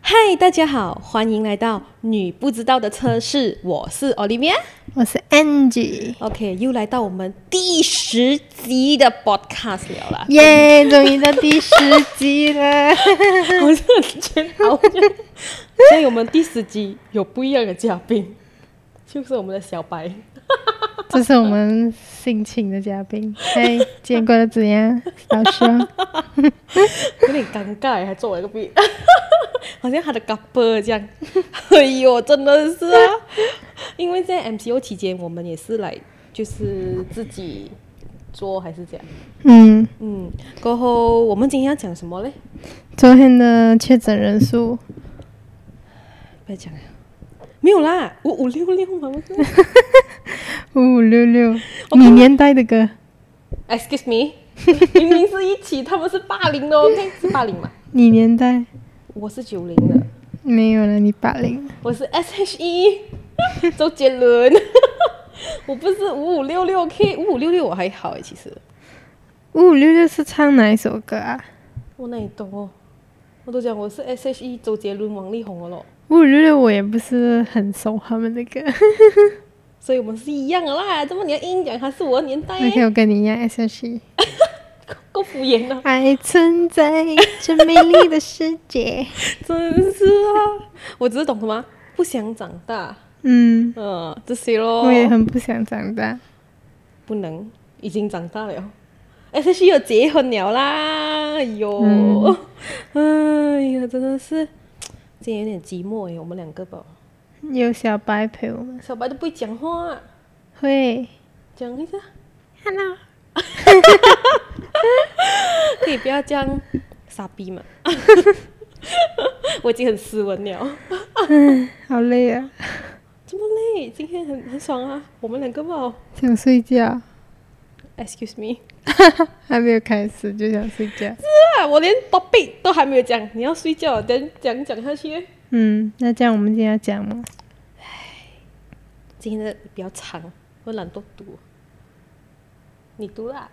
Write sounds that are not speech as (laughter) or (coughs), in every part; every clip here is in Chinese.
嗨，大家好，欢迎来到女不知道的测试，我是 Olivia。我是 Angie，，OK，又来到我们第十集的 Podcast 了啦耶终于到第十集了，我是很煎熬。所以我们第十集有不一样的嘉宾，就是我们的小白。这是我们性情的嘉宾。嗨，今天过得怎样，老兄？有点尴尬，还皱了个鼻， (laughs) 好像他的嘎巴这样。哎呦，真的是啊！因为在 MCO 期间，我们也是来就是自己做还是这样。嗯，嗯，过后我们今天要讲什么嘞？昨天的确诊人数，不要讲了，没有啦，五五六六嘛。我说五五六六，你年代的歌， (laughs) Excuse (laughs) me，明明是一起，他们是八零 (laughs) 的，OK，是哦八零嘛？你年代我是九零的，没有了，你八零，我是 SHE，周 (laughs) 杰伦， (laughs) 我不是五五六六 K，五五六六我还好欸诶，其实。五五六六是唱哪一首歌啊？我哪里懂哦？我都讲我是 S.H.E 周杰伦、王力宏了咯，五五六六我也不是很熟他们的歌。所以我们是一样的啦。怎么你要硬讲他是我的年代耶？ OK，我跟你一样，S.H.E。 (laughs) 够敷衍了，爱存在这美丽的世界。真是啊！我只是懂什么不想长大，嗯，嗯、这些咯。我也很不想长大。不能，已经长大了。S.H.E 有结婚了啦！哎呦，哎呀，真的是，今天有点寂寞耶，我们两个吧。有小白陪我们，小白都不会讲话，会讲一下， ，Hello，可以不要这样傻逼嘛。 (laughs) 我已经很斯文了。好累啊，这么累，今天很很爽啊！我们两个吧想睡觉， ，excuse me，还没有开始就想睡觉。是啊，我连 topic 都还没有讲，你要睡觉了，等讲讲下去。嗯，那这样我们今天要讲吗？今天的比较长，我懒惰读，你读啦。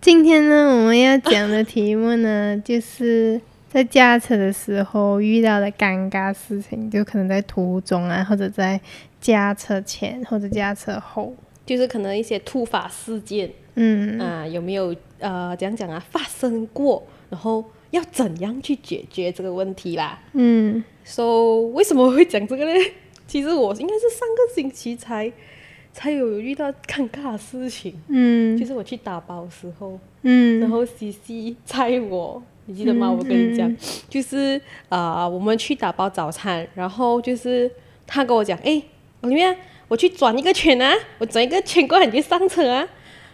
今天呢，我们要讲的题目呢，就是在驾车的时候遇到的尴尬事情，就可能在途中啊，或者在驾车前或者驾车后。就是可能一些突发事件嗯，啊、有没有呃讲讲啊发生过，然后要怎样去解决这个问题啦嗯， ？So 为什么会讲这个呢？其实我应该是上个星期才才有遇到尴尬的事情，就嗯，是我去打包的时候，然嗯，后 CC 猜我，你记得吗？我跟你讲，就是啊、呃我们去打包早餐，然后就是他跟我讲，哎，里面我去转一个圈啊，我转一个圈过后你就上车啊，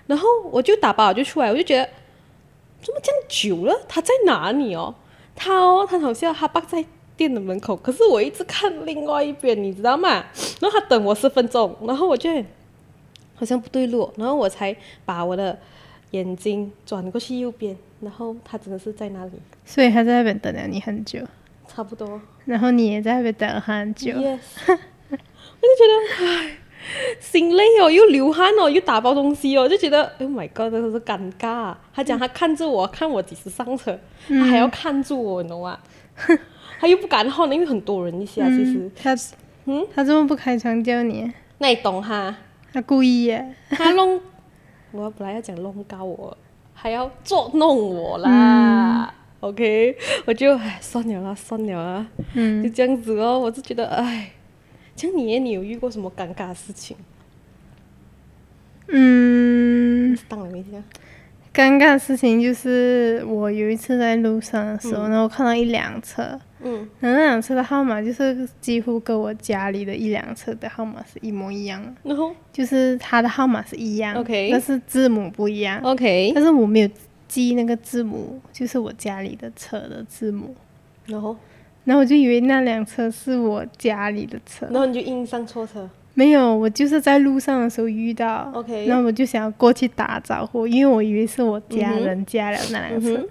然后我就打包我就出来，我就觉得怎么这样久了，他在哪里哦？他哦，他好像他爸在店的门口，可是我一直看另外一边，你知道吗？然后他等我十分钟，然后我就好像不对路，然后我才把我的眼睛转过去右边，然后他真的是在那里，所以他在那边等了你很久，差不多。然后你也在那边等了很久。 Yes，我就觉得唉，心累哦，又流汗哦，又打包东西哦，就觉得 Oh my God，真的是尴尬、他讲他看着我，看我几时上车，他还要看住我，你懂吗？ (laughs) 他又不敢晃，因为很多人一下，其实、嗯、他，嗯嗯，他这么不开窗叫你，那你懂哈？他故意耶、他弄，我本来要讲弄高我，还要捉弄我啦。OK，我就唉算了啦，算了啦，嗯就这样子哦。我就觉得唉，像你耶，你有遇过什么尴尬的事情？嗯，当然没这样。尴尬的事情就是我有一次在路上的时候，然后我看到一辆车，嗯然后那辆车的号码就是几乎跟我家里的一辆车的号码是一模一样的，然后就是它的号码是一样 OK 哦但是字母不一样。 OK，但是我没有记那个字母，就是我家里的车的字母，然后然后我就以为那辆车是我家里的车然，后你就硬上错车。没有，我就是在路上的时候遇到 OK 那我就想要过去打招呼，因为我以为是我家人家了那辆车，嗯哼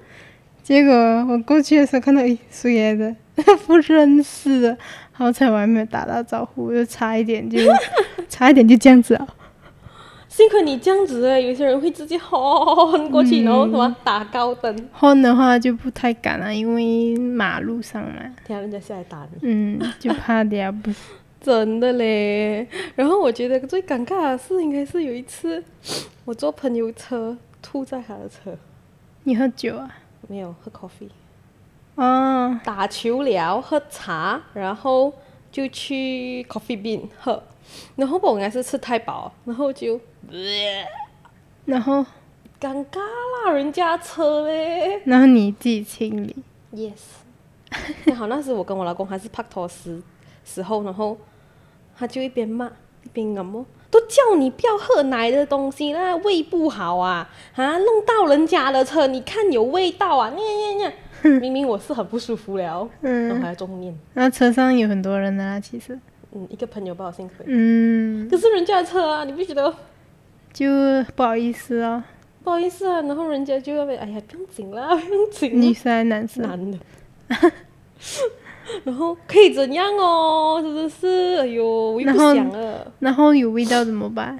结果我过去的时候看到，诶，谁来的？ (laughs) 不认识的， (laughs) 好彩我还没有打到招呼，我就差一点就差一点就这样子啊，幸亏你这样子哎，有些人会直接轰过去，然后什么打高灯，混的话就不太敢了、因为马路上嘛，等下人家下来打你，嗯，就怕嗲不是。真的嘞。然后我觉得最尴尬的事应该是有一次， (sniffs) 我坐朋友车吐在他的车，你喝酒啊？没有喝 coffee，哦，打球了喝茶，然后就去 coffee bean 喝，然后我应该是吃太饱，然后就。然后尴尬啦，人家车嘞。然后你自己清理， Yes，那 (laughs) 好，那时我跟我老公还是拍拖时时候，然后他就一边骂一边什么，都叫你不要喝奶的东西啦，胃不好啊啊，弄到人家的车，你看有味道啊，那那那，明明我是很不舒服了，然后还嗯，要中念，然后车上有很多人的啦，其实，嗯，一个朋友把我幸亏，嗯，可是人家的车啊，你不觉得？就不好意思哦，不好意思啊，然后人家就要被，哎呀，不用紧啦，不用紧啦。女生还是男生？嗯男的。 (laughs) 然后可以怎样哦？真的是，哎呦，我又然不后想了。然后有味道怎么办？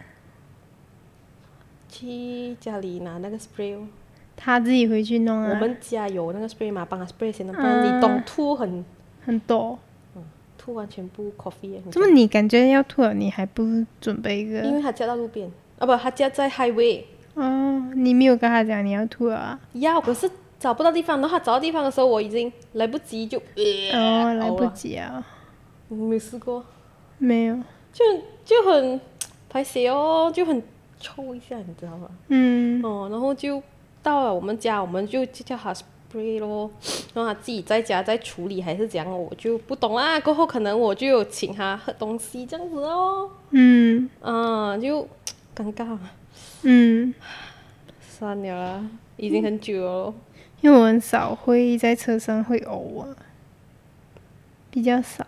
去家里拿那个 spray，、哦他自己回去弄啊。我们家有那个 spray 嘛，帮他 spray 先，不然你啊懂吐很很抖，吐完全部 coffee 耶。你怎么你感觉要吐了，你还不准备一懂因个？为他家到路边啊，不，他家在 highway，哦，你没有跟他讲你要吐了啊？要可是找不到地方，然后他找到地方的时候，我已经来不及就，哦，来呕不了及啊，你没有试过，没有，就就很 (coughs) 排泄哦，就很臭一下，你知道吗？嗯，哦，然后就到了我们家，我们就叫他 spray 咯， (sniffs) 然后他自己在家再处理还是怎样，我就不懂啦。过后可能我就有请他喝东西这样子哦，嗯嗯，就尴尬，嗯，算了啦，已经很久了咯。因为我很少会在车上会呕啊，比较少。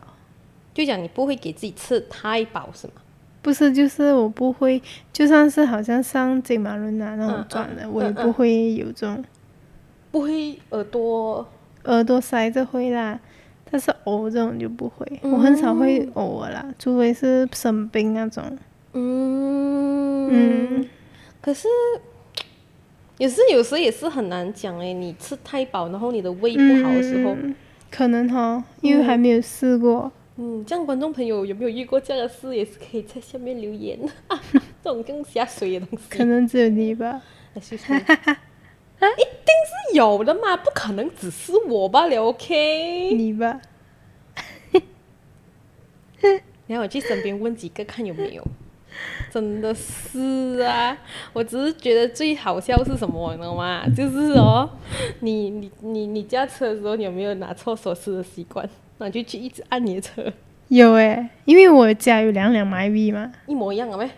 就讲你不会给自己吃太饱是吗？不是，就是我不会，就算是好像上金马伦啊那嗯种嗯转的，嗯我也不会有这种不会耳朵耳朵塞着会啦，但是呕这种就不会，嗯我很少会呕的啦，除非是生病那种。嗯嗯可是也是有时也是很难讲诶，你吃太饱，然后你的胃不好的时候，嗯可能哈，因为还没有试过。嗯，这样观众朋友有没有遇过这样的事，也是可以在下面留言。 (laughs) 这种更下水的东可西，哎能只有你吧，来试试。一定哎是有的嘛，不可能只是我罢了，OK？你吧，然后我去身边问几个看有没有，真的是啊，我只是觉得最好笑是什么，你知道吗？就是哦，你你你你驾车的时候，你有没有拿错锁匙的习惯？然后就去一直按你的车，有诶、因为我家有两两买 V 嘛，一模一样的咩？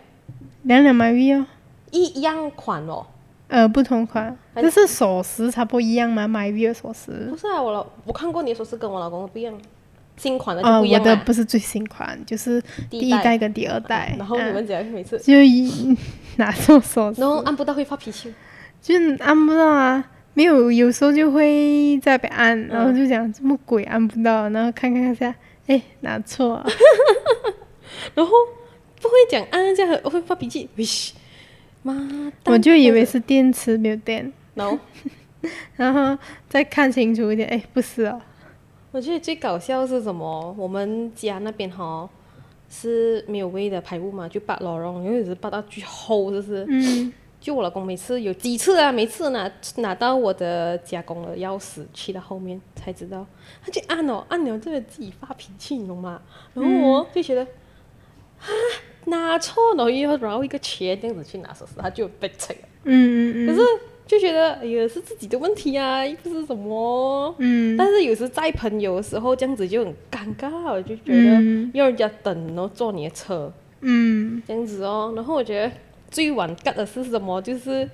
两两买 V 哦，一样款哦。呃，不同款，还但是锁匙差不多一样嘛，买 V 的锁匙不。是啊，我老我看过你的手是跟我老公的不一样，新款的就呃，不一我样的啦。不是最新款，就是第第一一代代跟第二代。然后啊你们讲每次，就一 (laughs) 拿错锁然匙，后按不到会发脾气，就按不到啊。没有，有时候就会在被按，然后就想怎么鬼按不到，然后看看一下，哎，拿错、 (laughs) 啊。然后不会讲按按这样会发脾气，喂，妈蛋，我就以为是电池没有电，然后然后再看清楚一点，哎，不是哦，我觉得最搞笑是什么？我们家那边哈是没有位的排污嘛，就扒老容，因为是扒到最后，就是嗯，就我老公每次有几次啊，每次拿拿到我的家公的钥匙，去到后面才知道，他就按哦，按了这个自己发脾气，你懂吗？然后嗯我就觉得、啊，拿错了，又要绕一个圈这样子去拿手匙，他就被踩了。嗯嗯可嗯，是就觉得哎呀，是自己的问题啊，又不是什么。 (laughs) 嗯，但是有时载朋友的时候，这样子就很尴尬，我就觉嗯得要人家等，然后坐你的车。嗯这样子哦。然后我觉得最晚干的是什么？就是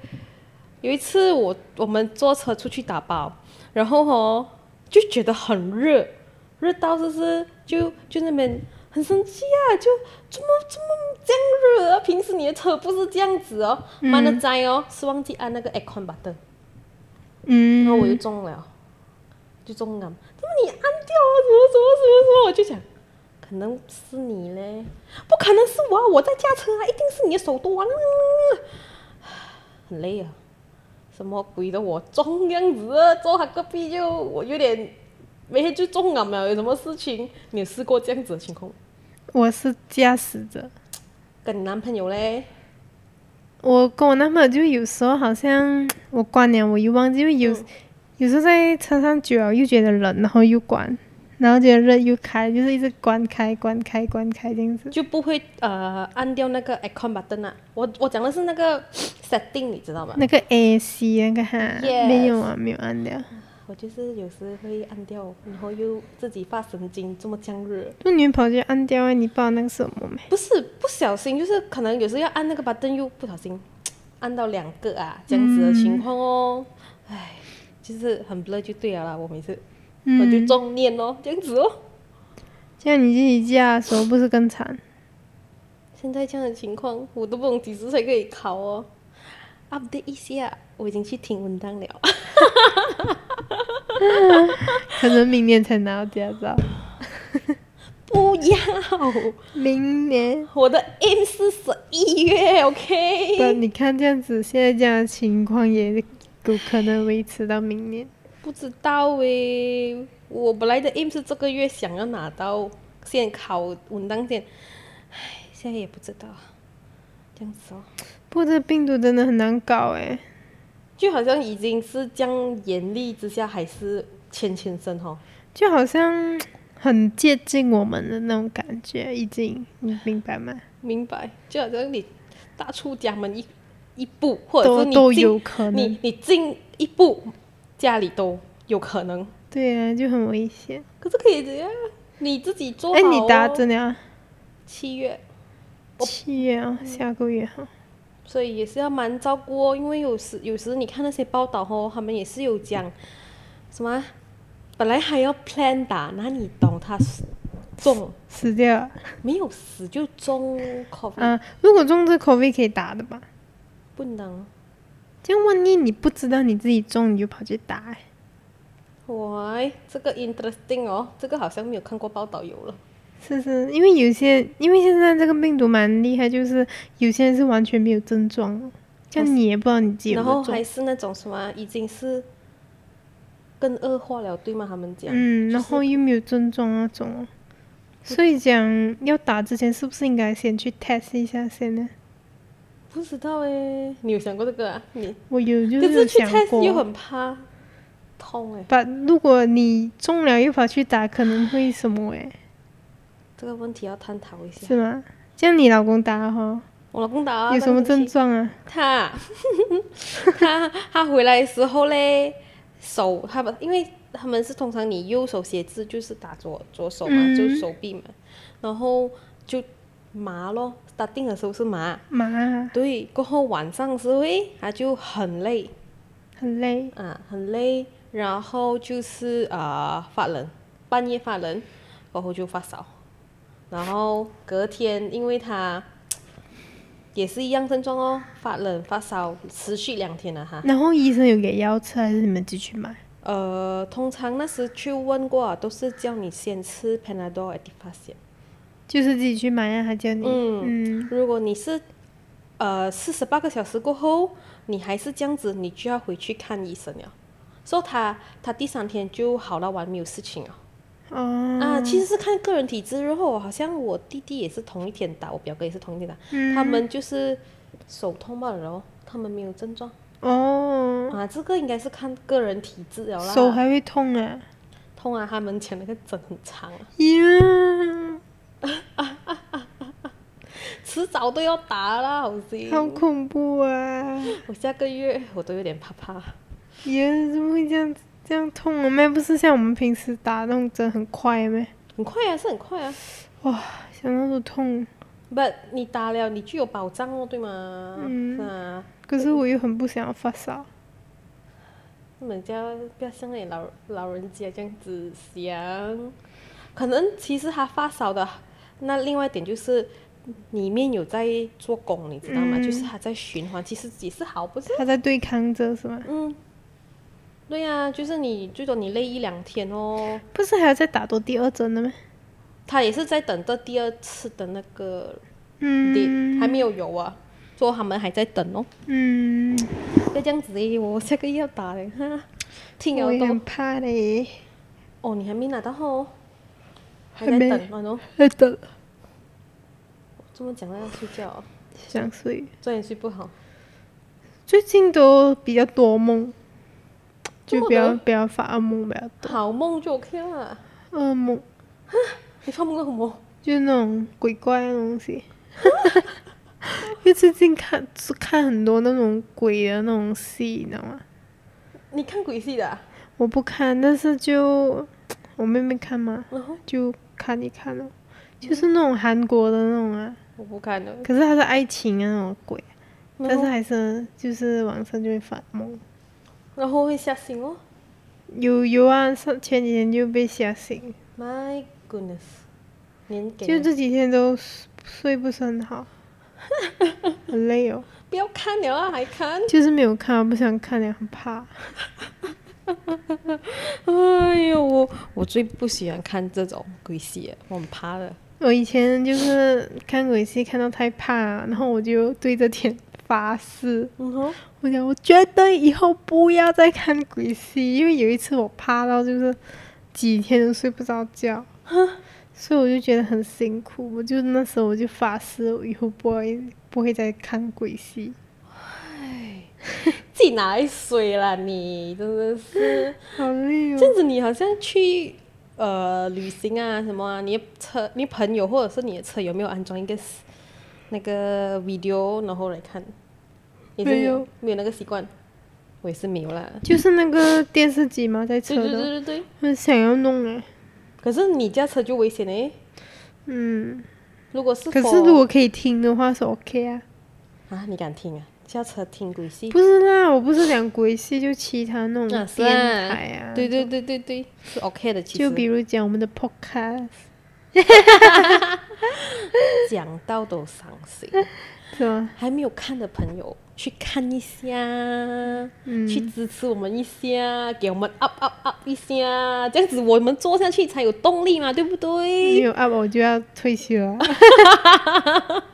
有一次我我们坐车出去打包，然后哦就觉得很热，热到就是就就那边很生气啊，就怎么怎么这样热啊？平时你的车不是这样子哦，慢的摘哦，是忘记按那个 aircon button，嗯，然后我就中了，就中了。怎么你按掉啊？什么什么什么什么？我就想。可能是你嘞，不可能是我，我在驾车啊，一定是你的手多啊， (laughs) 很累啊，什么鬼的我装样子啊，坐他隔壁就我有点每天就中感了，有什么事情你有试过这样子的情况？我是驾驶者，跟你男朋友嘞，我跟我男朋友就有时候好像我关了，我又忘记，因为有、有时候在车上久了又觉得冷，然后又关，然后觉得热又开，就是一直关开关开关开这样子。就不会呃按掉那个 icon button 啊，我我讲的是那个 setting，你知道吗？那个 AC 那个哈 Yes 没有啊，没有按掉。我就是有时会按掉，然后又自己发神经，这么降热。就你跑去按掉啊，你不知道那个什么没？不是不小心，就是可能有时要按那个 button 又不小心按到两个啊，这样子的情况哦。唉，就是很 blur 就对了啊啦。我每次、我就中念哦，这样子哦。这样你自己驾的时候不是更惨？现在这样的情况，我都不懂几时才可以考哦。update 一下，我已经去听文章了。 (laughs) 可能明年才拿到驾照。不要，明年。我的 aim 是十一月不， ，OK？你看这样子，现在这样的情况也有可能维持到明年。不知道诶，我本来的 aim 是这个月想要拿到线考文档线，唉，现在也不知道，这样子哦，不过这病毒真的很难搞哎。就好像已经是这样严厉之下，还是千千声哦。就好像很接近我们的那种感觉，已经，你明白吗？明白，就好像你踏出家门一一步，或者都是你都进有可能你，你进一步，家里都有可能。对啊，就很危险。可是可以怎样？你自己做好、哎、哦。你打针了啊？七月，我七月啊，下个月哈、所以也是要蛮照顾哦，因为有时有时你看那些报道哦，他们也是有讲什么啊，本来还要 plan 打，那你懂他死中死掉了。没有死就中 COVID，、啊，如果中这 COVID 可以打的吧？不能。这样万一你不知道你自己中，你就跑去打、哎喂，这个 interesting 哦，这个好像没有看过报道有了。是是，因为有些，因为现在这个病毒蛮厉害，就是有些人是完全没有症状的，这样你也不知道你自己有然没有后中还。是那种什么，已经是更恶化了，对吗？他们讲，嗯，就然是后又没有症状那种哦，所以讲要打之前是不是应该先去 test 一下先呢？不知道诶，你有想过这个啊？你我有就可有是去想 test 又过，很怕痛诶。把如果你中了又跑去打，可能会什么诶，这个问题要探讨一下。是吗？这样你老公打哈，我老公打啊有什但么是症不行状啊？他 (laughs) 他他回来的时候嘞，手他们因为他们是通常你右手写字就是打左左手嘛，嗯就是手臂嘛，然后就麻咯。打定的时候是麻，麻啊，对，过后晚上的时候诶，他就很累很累，啊，很累，然后就是啊、发冷，半夜发冷，过后就发烧，然后隔天因为他也是一样症状哦，发冷发烧持续两天了哈。然后医生有给药吃，还是你们自己去买？呃，通常那时去问过啊，都是叫你先吃 Panadol a d i p a s i 就是自己去买啊，他叫你，嗯嗯，如果你是呃四十八个小时过后，你还是这样子，你就要回去看医生了。所、以他他第三天就好了完，没有事情了。哦，啊，其实是看个人体质。然后好像我弟弟也是同一天打，我表哥也是同一天打，嗯他们就是手痛罢了哦，他们没有症状哦，啊。这个应该是看个人体质了啦。手还会痛啊，痛啊，他们讲那个针很长啊，呀，迟早都要打啦，好心。好恐怖啊！我下个月我都有点怕怕。耶，怎么会这样子这样痛啊？妹不是像我们平时打那种针很快咩？很快啊，是很快啊。哇，想到都痛。不，你打了你就有保障哦，对吗？嗯是啊，可是我又很不想要发烧，你们家不要像你老老人家这样子想。可能其实他发烧的，那另外一点就是里面有在做工，你知道吗？嗯就是他在循环，其实也是好，不是？他在对抗着是吗？嗯，啊对呀、就是你最多你累一两天哦。嗯不是还要再打多第二针的吗？他也是在等这第二次的那个 date，、嗯还没有有啊，说他们还在等哦。嗯，要这样子诶，我下个月要打嘞哈，听我了也都很怕嘞，哦，你还没拿到哦，还还在没等啊喏，太等了，这么讲了要睡觉、哦，想睡。昨晚睡不好，最近都比较多梦，就做不要梦不要发噩梦，不要好梦就 OK 了。噩梦，你发梦到什么？就是那种鬼怪的东西。因为最近看是看很多那种鬼的那种戏，你知道吗？你看鬼戏的啊、我不看，但是就我妹妹看嘛，然后就看一看咯，就是那种韩国的那种啊，我不看了，可是它是爱情啊那种鬼，然但是后还是就是晚上就会发梦。然后会吓醒哦。有有啊，上前几天就被吓醒， My goodness，年给就这几天都睡睡不是很好，很累哦。不要看了啊，还看？就是没有看，不想看了，很怕。哎呦，我我最不喜欢看这种鬼戏了，我很怕的。我以前就是看鬼戏看到太怕，然后我就对这天发誓，嗯哼，我讲我绝对以后不要再看鬼戏，因为有一次我怕到就是几天都睡不着觉，啊所以我就觉得很辛苦。我就那时候我就发誓，我以后不会不会再看鬼戏。自己拿来水啦你，真的是。好这累哦！样子你好像去呃旅行啊什么啊，你的车、你朋友或者是你的车有没有安装一个 s- 那个 video 然后来看？你是没有，没有那个习惯，我也是没有啦。就是那个电视机嘛，在车对对对的，对对，很想要弄哎、可是你驾车就危险诶。嗯，如果是可是 for- 如果可以听的话是 OK 啊。啊，你敢听啊？驾车听鬼戏？不是啦，我不是讲鬼戏，就其他那种啊是电啊台啊，对对对对对，是 OK 的。其就比实如讲我们的 Podcast 讲到都伤心。是吧？还没有看的朋友去看一下，嗯去支持我们一下，给我们 up up up 一下，这样子我们做下去才有动力嘛，对不没对？有 up 我就要退休啊了。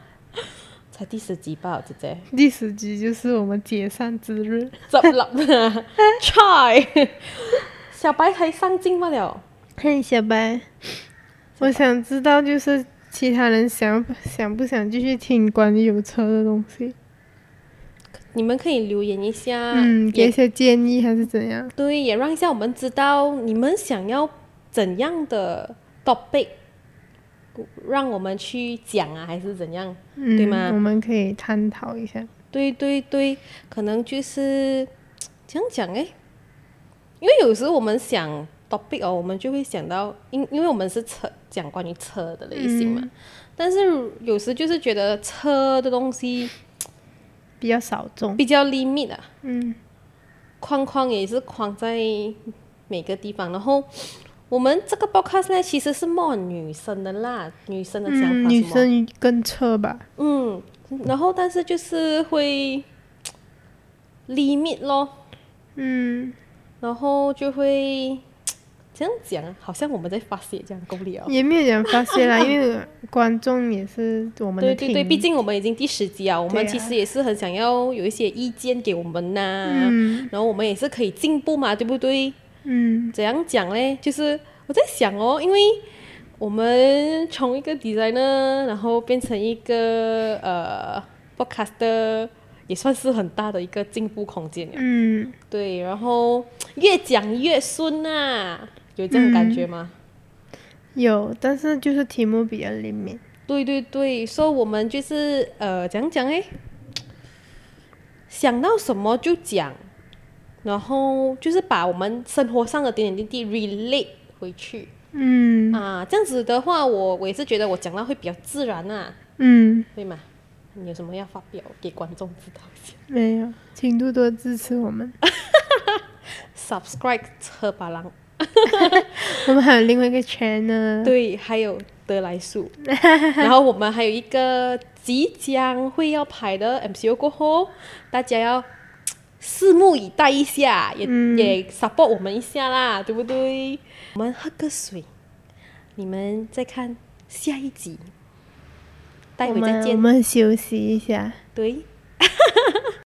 才第十集吧，姐姐， (laughs) 第十集就是我们解散之日，怎么了？try，小白才上镜罢了，看一下呗。我想知道就是其他人想想不想继续听关于有车的东西，你们可以留言一下，嗯，给一也些建议还是怎样？对，也让一下我们知道你们想要怎样的 topic，让我们去讲啊，还是怎样？嗯，对吗我们可以探讨一下。对对对，可能就是这样讲诶，因为有时候我们想 topic 哦，我们就会想到，因因为我们是车讲关于车的类型嗯嘛，但是有时就是觉得车的东西比较少众，比较 limit 啊，嗯，框框也是框在每个地方，然后。我们这个 podcast 呢，其实是 more 女生的啦，女生的想法什嗯，么、女生跟车吧，嗯，然后但是就是会 limit 咯，嗯，然后就会这样讲啊，好像我们在发泄这样够了。嗯也没有人发现啦，因为观众也是嗯我们的对对听，对，毕竟我们已经第十集啊，我对们啊其实也是很想要有一些意见给我们呐、嗯然后我们也是可以进步嘛，对不对？嗯怎样讲嘞？就是我在想哦，因为我们从一个 designer，然后变成一个呃 podcaster，也算是很大的一个进步空间了。嗯，对，然后越讲越顺啊，有这种感觉吗？有，但是就是题目比较里面，对对对，所以我们就是呃，讲讲诶，想到什么就讲，然后就是把我们生活上的点点滴滴 relate 回去嗯啊，这样子的话，我我也是觉得我讲到会比较自然啊，嗯，对吗？你有什么要发表给观众知道一下没有，请多多支持 (laughs) 我们。 ？Subscribe 车巴郎，我们还有另外一个 channel，对，还有德莱树， (laughs) 然后我们还有一个即将会要排的 MCU 过后，大家要拭目以待一嗯下，也、也 support 我们一下啦，对不对？我们喝个水，你们再看下一集，待我会再们我见。们休息一下。对。